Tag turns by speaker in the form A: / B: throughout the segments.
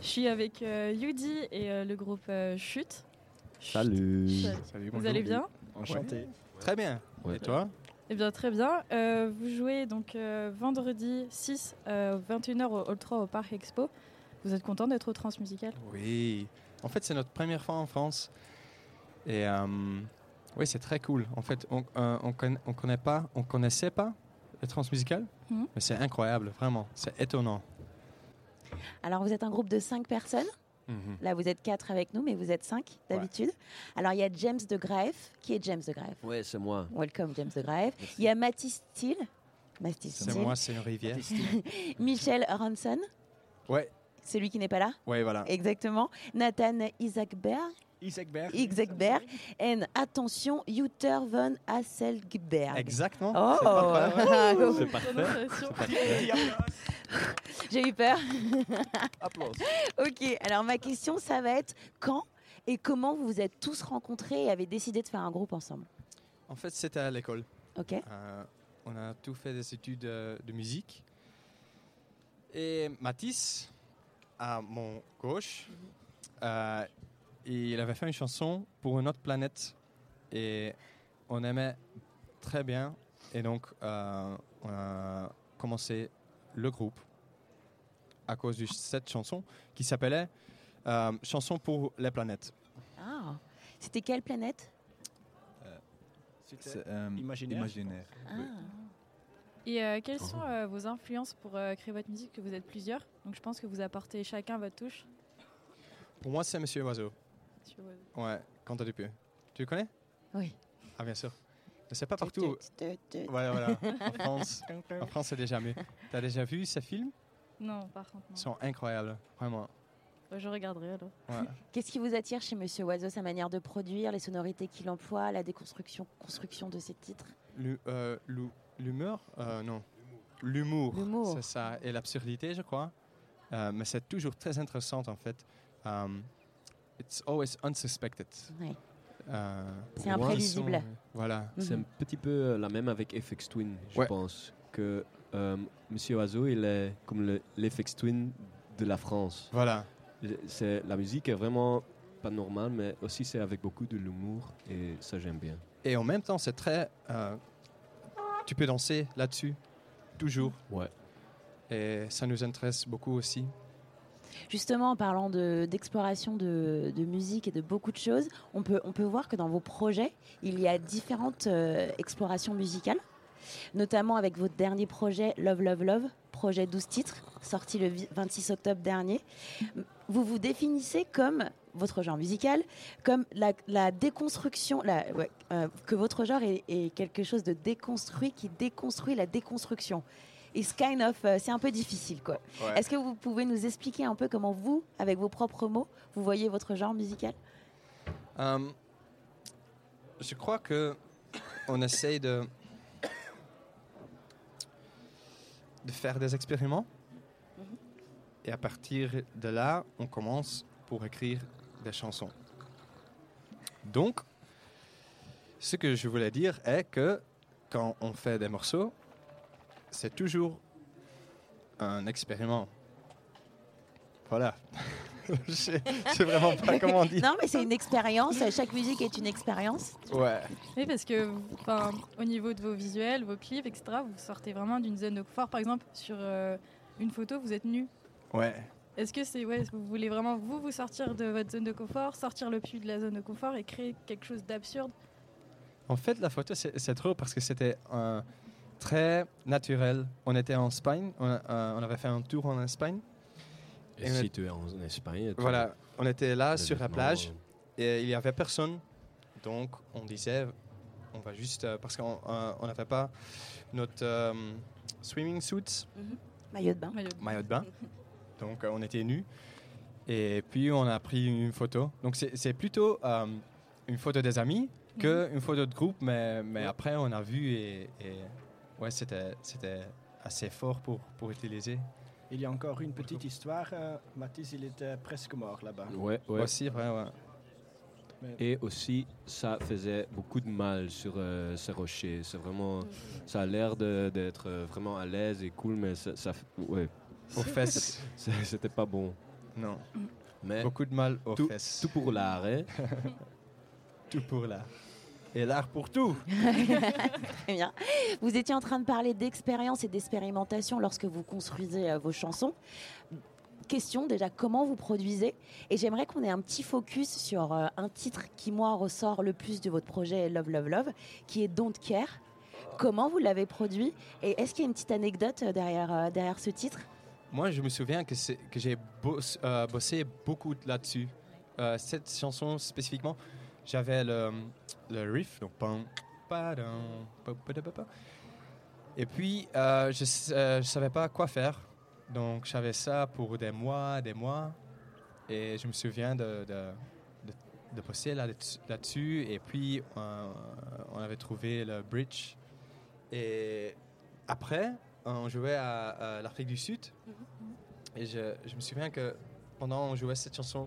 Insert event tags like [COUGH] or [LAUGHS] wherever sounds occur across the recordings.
A: Je suis avec euh, Yudi et euh, le groupe euh, Chute.
B: Salut.
A: Chut.
C: Salut,
A: Vous allez bien
D: Enchanté.
C: Très bien.
B: Ouais.
C: Et toi
A: Eh bien, très bien. Euh, vous jouez donc euh, vendredi 6, euh, 21h au Hall 3 au Parc Expo. Vous êtes content d'être au Transmusical
C: Oui. En fait, c'est notre première fois en France. Et euh, oui, c'est très cool. En fait, on euh, on conna- on connaît pas, on connaissait pas la transmusicale,
A: Mhm.
C: mais c'est incroyable, vraiment. C'est étonnant.
E: Alors, vous êtes un groupe de cinq personnes. Là, vous êtes quatre avec nous, mais vous êtes cinq d'habitude. Alors, il y a James de Graeff. Qui est James de Graeff
F: Ouais, c'est moi.
E: Welcome, James de Graeff.
F: Merci.
E: Il y a Mathis Steele. Mathis
C: C'est
E: Steele.
C: moi, c'est une rivière.
E: Michel Ranson.
C: Ouais,
E: Celui qui n'est pas là,
C: ouais, voilà.
E: exactement. Nathan Isaacberg.
D: Isaac Berg.
E: Isaacberg. Et attention, Jutta von Hasselberg.
C: Exactement.
E: Oh,
C: C'est pas vrai.
E: Ah [LAUGHS]
B: C'est parfait.
A: Prononciation.
D: [LAUGHS]
E: j'ai
C: [LAUGHS]
E: eu peur.
D: Applause.
E: Ok, alors ma question, ça va être quand et comment vous vous êtes tous rencontrés et avez décidé de faire un groupe ensemble
C: En fait, c'était à l'école.
E: Ok
C: Euh, on a tout fait des études euh, de musique. Et Mathis, à mon gauche, euh, il avait fait une chanson pour une autre planète. Et on aimait très bien. Et donc, euh, on a commencé le groupe à cause de cette chanson qui s'appelait euh, Chanson pour les planètes.
E: Ah, c'était quelle planète
D: C'était
B: euh,
D: imaginaire.
E: Ah.
A: Et euh,
B: Oh.
A: quelles sont euh, vos influences pour euh, créer votre musique que Vous êtes plusieurs, donc je pense que vous apportez chacun votre touche.
C: Pour moi, c'est Monsieur Oiseau.
A: Sur, euh,
C: Ouais, quand t'as du peu. Tu le connais
E: Oui.
C: Ah, bien sûr. Mais c'est pas partout. Voilà,
E: [LAUGHS]
C: voilà. En France, en France c'est déjà mieux. T'as déjà vu ces films
A: Non, par contre, non.
C: Ils sont incroyables, vraiment.
A: Bah, je regarderai alors.
E: [LAUGHS]
C: Ouais.
E: Qu'est-ce qui vous attire chez Monsieur Oiseau Sa manière de produire, les sonorités qu'il emploie, la déconstruction construction de ses titres
C: L'hu- euh, l'hu- L'humeur euh, Non. L'humour.
E: L'humour.
C: C'est ça. Et l'absurdité, je crois. Euh, mais c'est toujours très intéressant, en fait. Um, it's always unsuspected.
E: Ouais.
C: Euh,
E: C'est
C: pour moi,
E: imprévisible.
C: ils sont- Voilà.
F: C'est un
E: Mhm.
F: petit peu euh, la même avec FX Twin, je
C: Ouais.
F: pense. Que euh, Monsieur Oiseau, il est comme le- l'FX Twin de la France.
C: Voilà.
F: Le- c'est- La musique est vraiment pas normale, mais aussi c'est avec beaucoup de l'humour et ça j'aime bien.
C: Et en même temps, c'est très. euh, tu peux danser là-dessus, toujours.
F: Ouais.
C: Et ça nous intéresse beaucoup aussi.
E: Justement, en parlant de- d'exploration de, de musique et de beaucoup de choses, on peut, on peut voir que dans vos projets, il y a différentes euh, explorations musicales, notamment avec votre dernier projet Love Love Love, projet 12 titres, sorti le vi- 26 octobre dernier. Vous vous définissez comme votre genre musical, comme la, la déconstruction, la- ouais, euh, que votre genre est, est quelque chose de déconstruit qui déconstruit la déconstruction. It's kind of, euh, c'est un peu difficile quoi.
C: Ouais.
E: Est-ce que vous pouvez nous expliquer un peu comment vous, avec vos propres mots, vous voyez votre genre musical
C: Euh, je crois que on essaye de de faire des expériments et à partir de là, on commence pour écrire des chansons. Donc, ce que je voulais dire est que quand on fait des morceaux, c'est toujours un expériment. Voilà. [LAUGHS] je sais je sais vraiment pas comment dire.
E: Non, mais c'est une [LAUGHS] expérience. Chaque musique est une expérience.
C: Ouais.
A: Oui, parce que vous- enfin, au niveau de vos visuels, vos clips, etc., vous sortez vraiment d'une zone de confort. Par exemple, sur euh, une photo, vous êtes nu.
C: Ouais.
A: Est-ce que c'est ouais, est-ce que vous voulez vraiment vous vous sortir de votre zone de confort, sortir le puits de la zone de confort et créer quelque chose d'absurde
C: En fait, la photo, c'est c'est drôle parce que c'était euh, très naturel. On était en Espagne, on, a- euh, on avait fait un tour en Espagne.
F: Et,
C: Et
F: si
C: le-
F: tu es en, en Espagne, tu-
C: Voilà, on était là
F: le
C: sur la
F: vêtement,
C: plage
F: euh,
C: et il n'y avait personne. Donc, on disait, on va juste. euh, parce qu'on euh, on n'avait pas notre euh, swimming suits,
E: Maillot de bain.
A: Maillot.
C: maillot [LAUGHS] de bain. Donc, euh, on était nus. Et puis, on a pris une photo. Donc, c'est c'est plutôt euh, une photo des amis. que une photo de groupe, mais, mais après on a vu et, et ouais, c'était, c'était assez fort pour, pour utiliser.
D: Il y a encore une petite histoire. euh, Mathis, il était presque mort là-bas.
F: Ouais, ouais.
C: Aussi, ouais, ouais.
F: Et aussi, ça faisait beaucoup de mal sur euh, ces rochers. C'est vraiment, ça a l'air de-
C: [LAUGHS]
F: d'être euh, vraiment à l'aise et cool, mais ça, ça f- ouais,
C: Aux fesses.
F: c'est- [LAUGHS] c'était pas bon.
C: Non.
F: Mais
C: Beaucoup de mal aux
F: tout,
C: fesses.
F: tout pour l'art, hein.
C: Tout pour l'art. Et l'art pour tout.
E: Très bien. Vous étiez en train de parler d'expérience et d'expérimentation lorsque vous construisez euh, vos chansons. Question déjà, comment vous produisez Et j'aimerais qu'on ait un petit focus sur euh, un titre qui, moi, ressort le plus de votre projet Love, Love, Love, qui est Don't Care. Comment vous l'avez produit Et est-ce qu'il y a une petite anecdote euh, derrière, euh, derrière ce titre
C: Moi, je me souviens que, c'est- que j'ai boss- euh, bossé beaucoup là-dessus. Euh, cette chanson spécifiquement, j'avais le, le riff, donc pam, padam, pa- pada- pa- pa. Et puis, euh, je ne savais pas quoi faire. Donc, j'avais ça pour des mois, des mois. Et je me souviens de, de, de, de bosser là- là-dessus. Et puis, euh, on avait trouvé le bridge. Et après, on jouait à, à l'Afrique du Sud. Et je, je me souviens que pendant qu'on jouait cette chanson,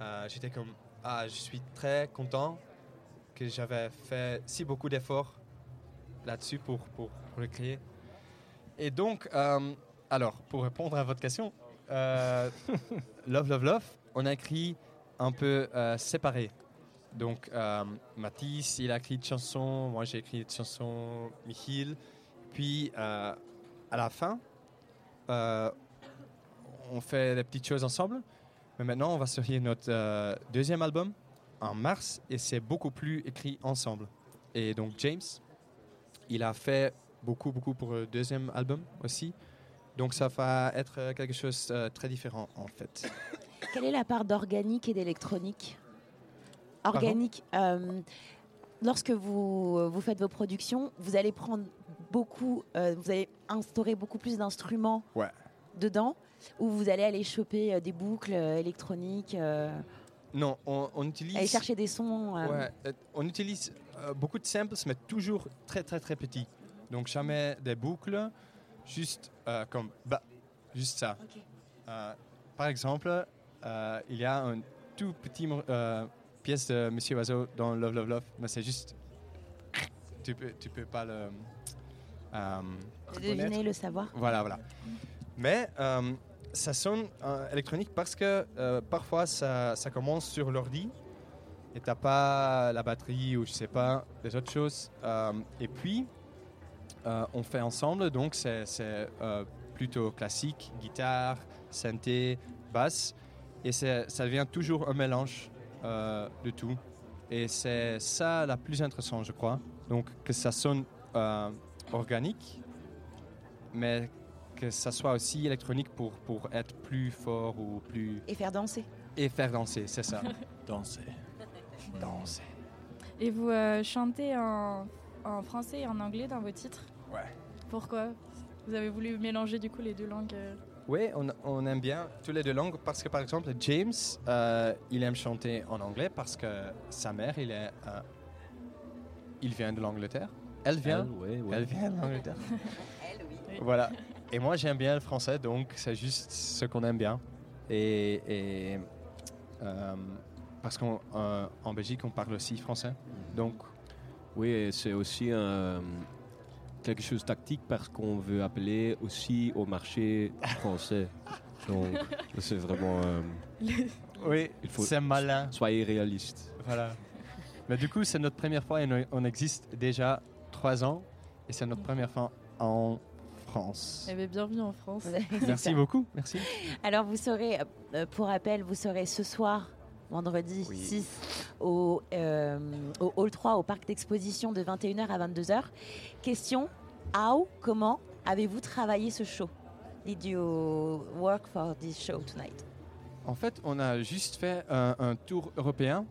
C: euh, j'étais comme Ah, je suis très content que j'avais fait si beaucoup d'efforts là-dessus pour, pour, pour le créer. Et donc, euh, alors, pour répondre à votre question, euh, Love, Love, Love, on a écrit un peu euh, séparé. Donc, euh, Mathis, il a écrit une chanson, moi j'ai écrit une chanson, Michiel. Puis, euh, à la fin, euh, on fait des petites choses ensemble. Mais maintenant, on va sortir notre euh, deuxième album en mars et c'est beaucoup plus écrit ensemble. Et donc, James, il a fait beaucoup, beaucoup pour le deuxième album aussi. Donc, ça va être euh, quelque chose euh, très différent en fait.
E: Quelle est la part d'organique et d'électronique Organique. euh, lorsque vous, euh, vous faites vos productions, vous allez prendre beaucoup, euh, vous allez instaurer beaucoup plus d'instruments
C: Ouais.
E: dedans, ou vous allez aller choper euh, des boucles euh, électroniques, euh,
C: Non, on, on utilise.
E: aller chercher des sons. euh,
C: Ouais, euh, on utilise euh, beaucoup de samples, mais toujours très très très petits. Donc jamais des boucles, juste euh, comme bah, juste ça.
E: Ok.
C: Euh, par exemple, euh, il y a un tout petit mo- euh, pièce de Monsieur Oiseau dans Love Love Love, mais c'est juste tu peux tu peux pas le euh,
E: de deviner, le savoir.
C: voilà voilà. Mais euh, ça sonne euh, électronique parce que euh, parfois ça, ça commence sur l'ordi et t'as pas la batterie ou je sais pas, des autres choses. Euh, et puis, euh, on fait ensemble, donc c'est c'est, euh, plutôt classique, guitare, synthé, basse. Et c'est- ça devient toujours un mélange euh, de tout. Et c'est ça la plus intéressante, je crois. Donc que ça sonne euh, organique, mais que ça soit aussi électronique pour, pour être plus fort ou plus...
E: Et faire danser.
C: Et faire danser, c'est ça.
D: Danser.
C: danser.
A: Et vous euh, chantez en, en français et en anglais dans vos titres
C: Ouais.
A: Pourquoi Vous avez voulu mélanger du coup les deux langues euh,
C: Oui, on, on aime bien tous les deux langues parce que, par exemple, James, euh, il aime chanter en anglais parce que sa mère, il, est, euh, il vient de l'Angleterre. Elle vient.
F: Elle, Ah, ouais, ouais.
C: Elle vient de l'Angleterre. [LAUGHS] Voilà. Et moi, j'aime bien le français, donc c'est juste ce qu'on aime bien. Et, et, euh, parce qu'en euh, en Belgique, on parle aussi français. Donc,
F: Oui, et c'est aussi un- quelque chose de tactique parce qu'on veut appeler aussi au marché français.
C: [LAUGHS]
F: Donc, c'est vraiment. euh,
C: oui,
F: Il faut-
C: c'est malin. [LAUGHS]
F: soyez réaliste.
C: Voilà. Mais du coup, c'est notre première fois et nous- on existe déjà trois ans et c'est notre première fois en France.
A: Eh bien, bienvenue en France.
C: Merci beaucoup. Merci.
E: Alors vous serez, euh, pour rappel, vous serez ce soir, vendredi
F: Oui.
E: 6, au, euh, au Hall 3, au parc d'exposition de 21h à 22h. Question, how, comment avez-vous travaillé ce show Did you work for this show tonight
C: En fait, on a juste fait un, un tour européen.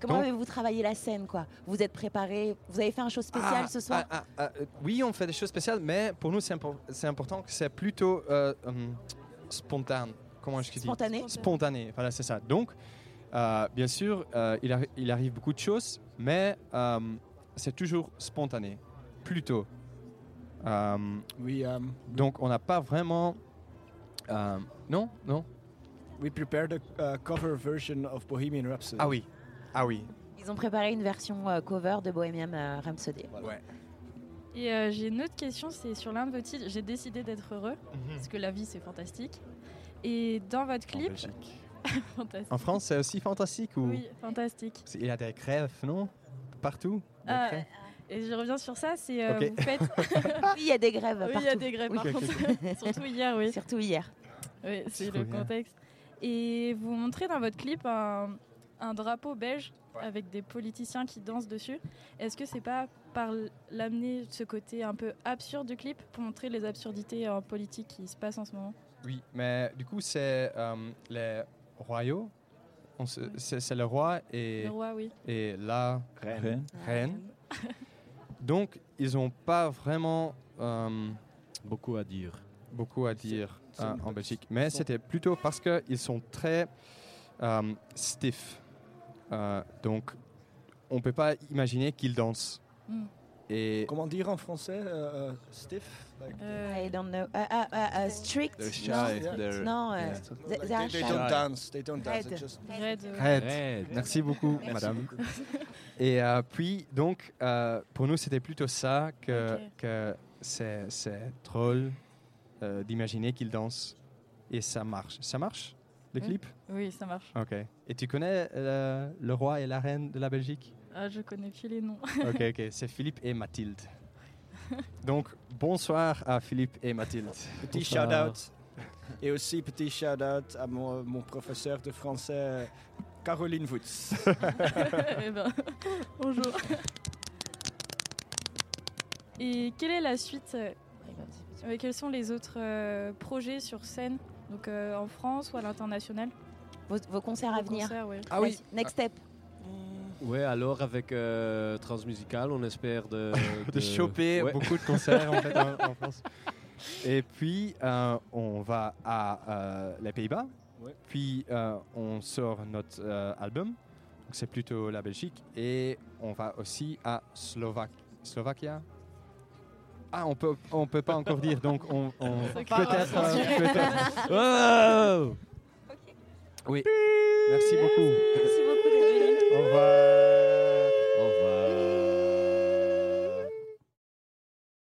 E: Comment
C: Donc-
E: avez-vous travaillé la scène quoi Vous êtes préparé Vous avez fait un show spécial
C: Ah,
E: ce soir
C: ah, ah, ah, euh, oui, on fait des choses spéciales, mais pour nous, c'est impor- c'est important que c'est plutôt euh, hum, spontané. Comment est-ce que je dis
E: Spontané
C: Spontané, voilà, c'est ça. Donc, euh, bien sûr, euh, il, arri- il arrive beaucoup de choses, mais euh, c'est toujours spontané, plutôt. Euh,
D: We, um,
C: Donc on n'a pas vraiment. euh, non, non.
D: we prepared a uh, cover version of Bohemian Rhapsody.
C: Ah oui, ah oui.
E: Ils ont préparé une version euh, cover de Bohemian euh,
A: [LAUGHS]
E: Rhapsody.
A: Et euh, Mhm. j'ai une autre question, c'est sur l'un de vos titres. J'ai décidé d'être heureux, parce que la vie c'est fantastique. Et dans votre
C: Hmm. En
A: clip,
C: Belgique.
A: [LAUGHS] fantastique.
C: En France, c'est aussi fantastique ou
A: Oui, fantastique.
C: C'est- Il y a des crèves, non Partout des
A: Euh,
C: crèves
A: et je reviens sur ça, c'est euh,
C: Ok.
A: vous faites. [LAUGHS]
E: Oui, il y a des grèves
A: oui, il y a
E: partout.
A: des grèves
C: Ok,
A: par
C: ok,
A: contre, [LAUGHS]
C: [LAUGHS]
A: surtout hier, oui.
E: Surtout hier.
A: Oui, c'est
C: Ah, Trop
A: le
C: bien.
A: contexte. Et vous montrez dans votre clip un, un drapeau belge
C: Ouais.
A: avec des politiciens qui dansent dessus. Est-ce que c'est pas par l- l'amener ce côté un peu absurde du clip pour montrer les absurdités euh, politiques qui se passent en ce moment
C: Oui, mais du coup, c'est euh, les royaux. On se- C'est c'est le roi et,
A: Le roi, oui.
C: et la
D: Reine.
C: reine. Donc, ils n'ont pas vraiment euh,
F: Beaucoup à dire.
C: beaucoup à dire
D: sont-
C: euh, en Belgique. Mais
D: sont-
C: c'était plutôt parce qu'ils sont très euh, stiff. Euh, donc, on ne peut pas imaginer qu'ils dansent.
A: Mm.
C: Et
D: Comment dire en français, euh, euh, stiff like-
A: Euh,
E: I don't know. Ah, ah, ah, ah, strict.
C: They're
E: Non,
C: shy. they're-
E: non, euh,
C: Yeah.
E: they-
D: Like
E: they are
D: they, they
E: shy.
D: don't dance. They don't dance.
E: Red.
D: they just-
A: Red, euh, ouais.
C: Red.
F: Red.
C: Merci beaucoup,
E: Merci
C: madame. Et euh, puis, donc, euh, pour nous, c'était plutôt ça que,
A: Ok.
C: que c'est, c'est drôle euh, d'imaginer qu'ils dansent. Et ça marche. Ça marche, le
A: Mm.
C: clip
A: Oui, ça marche.
C: Ok. Et tu connais euh, le roi et la reine de la Belgique
A: Ah, je connais plus les noms.
C: [LAUGHS] Ok, ok. C'est Philippe et Mathilde. [LAUGHS] Donc, bonsoir à Philippe et Mathilde.
D: Petit
F: Bonsoir.
D: shout-out. Et aussi petit shout-out à mon, mon professeur de français, Caroline Woods.
A: Eh ben, bonjour. Et quelle est la suite euh, euh, Quels sont les autres euh, projets sur scène Donc euh, en France ou à l'international
E: Vos, vos concerts à
A: Vos
E: venir.
A: concerts, ouais.
C: Ah oui.
E: Next- Next step.
F: Ouais, alors avec euh, Transmusical, on espère de,
C: [LAUGHS] [LAUGHS] De choper
F: ouais.
C: beaucoup de concerts en, fait, en, en France. [LAUGHS] Et puis, euh, on va à euh, les Pays-Bas.
D: Ouais.
C: Puis, euh, on sort notre euh, album. Donc, C'est plutôt la Belgique. Et on va aussi à Slovaque. Slovaquia Ah, on peut, on peut pas encore dire. Donc, on, on- peut-être. euh,
F: [LAUGHS]
C: peut-être.
F: Oh
C: Oui. Merci beaucoup.
E: Merci beaucoup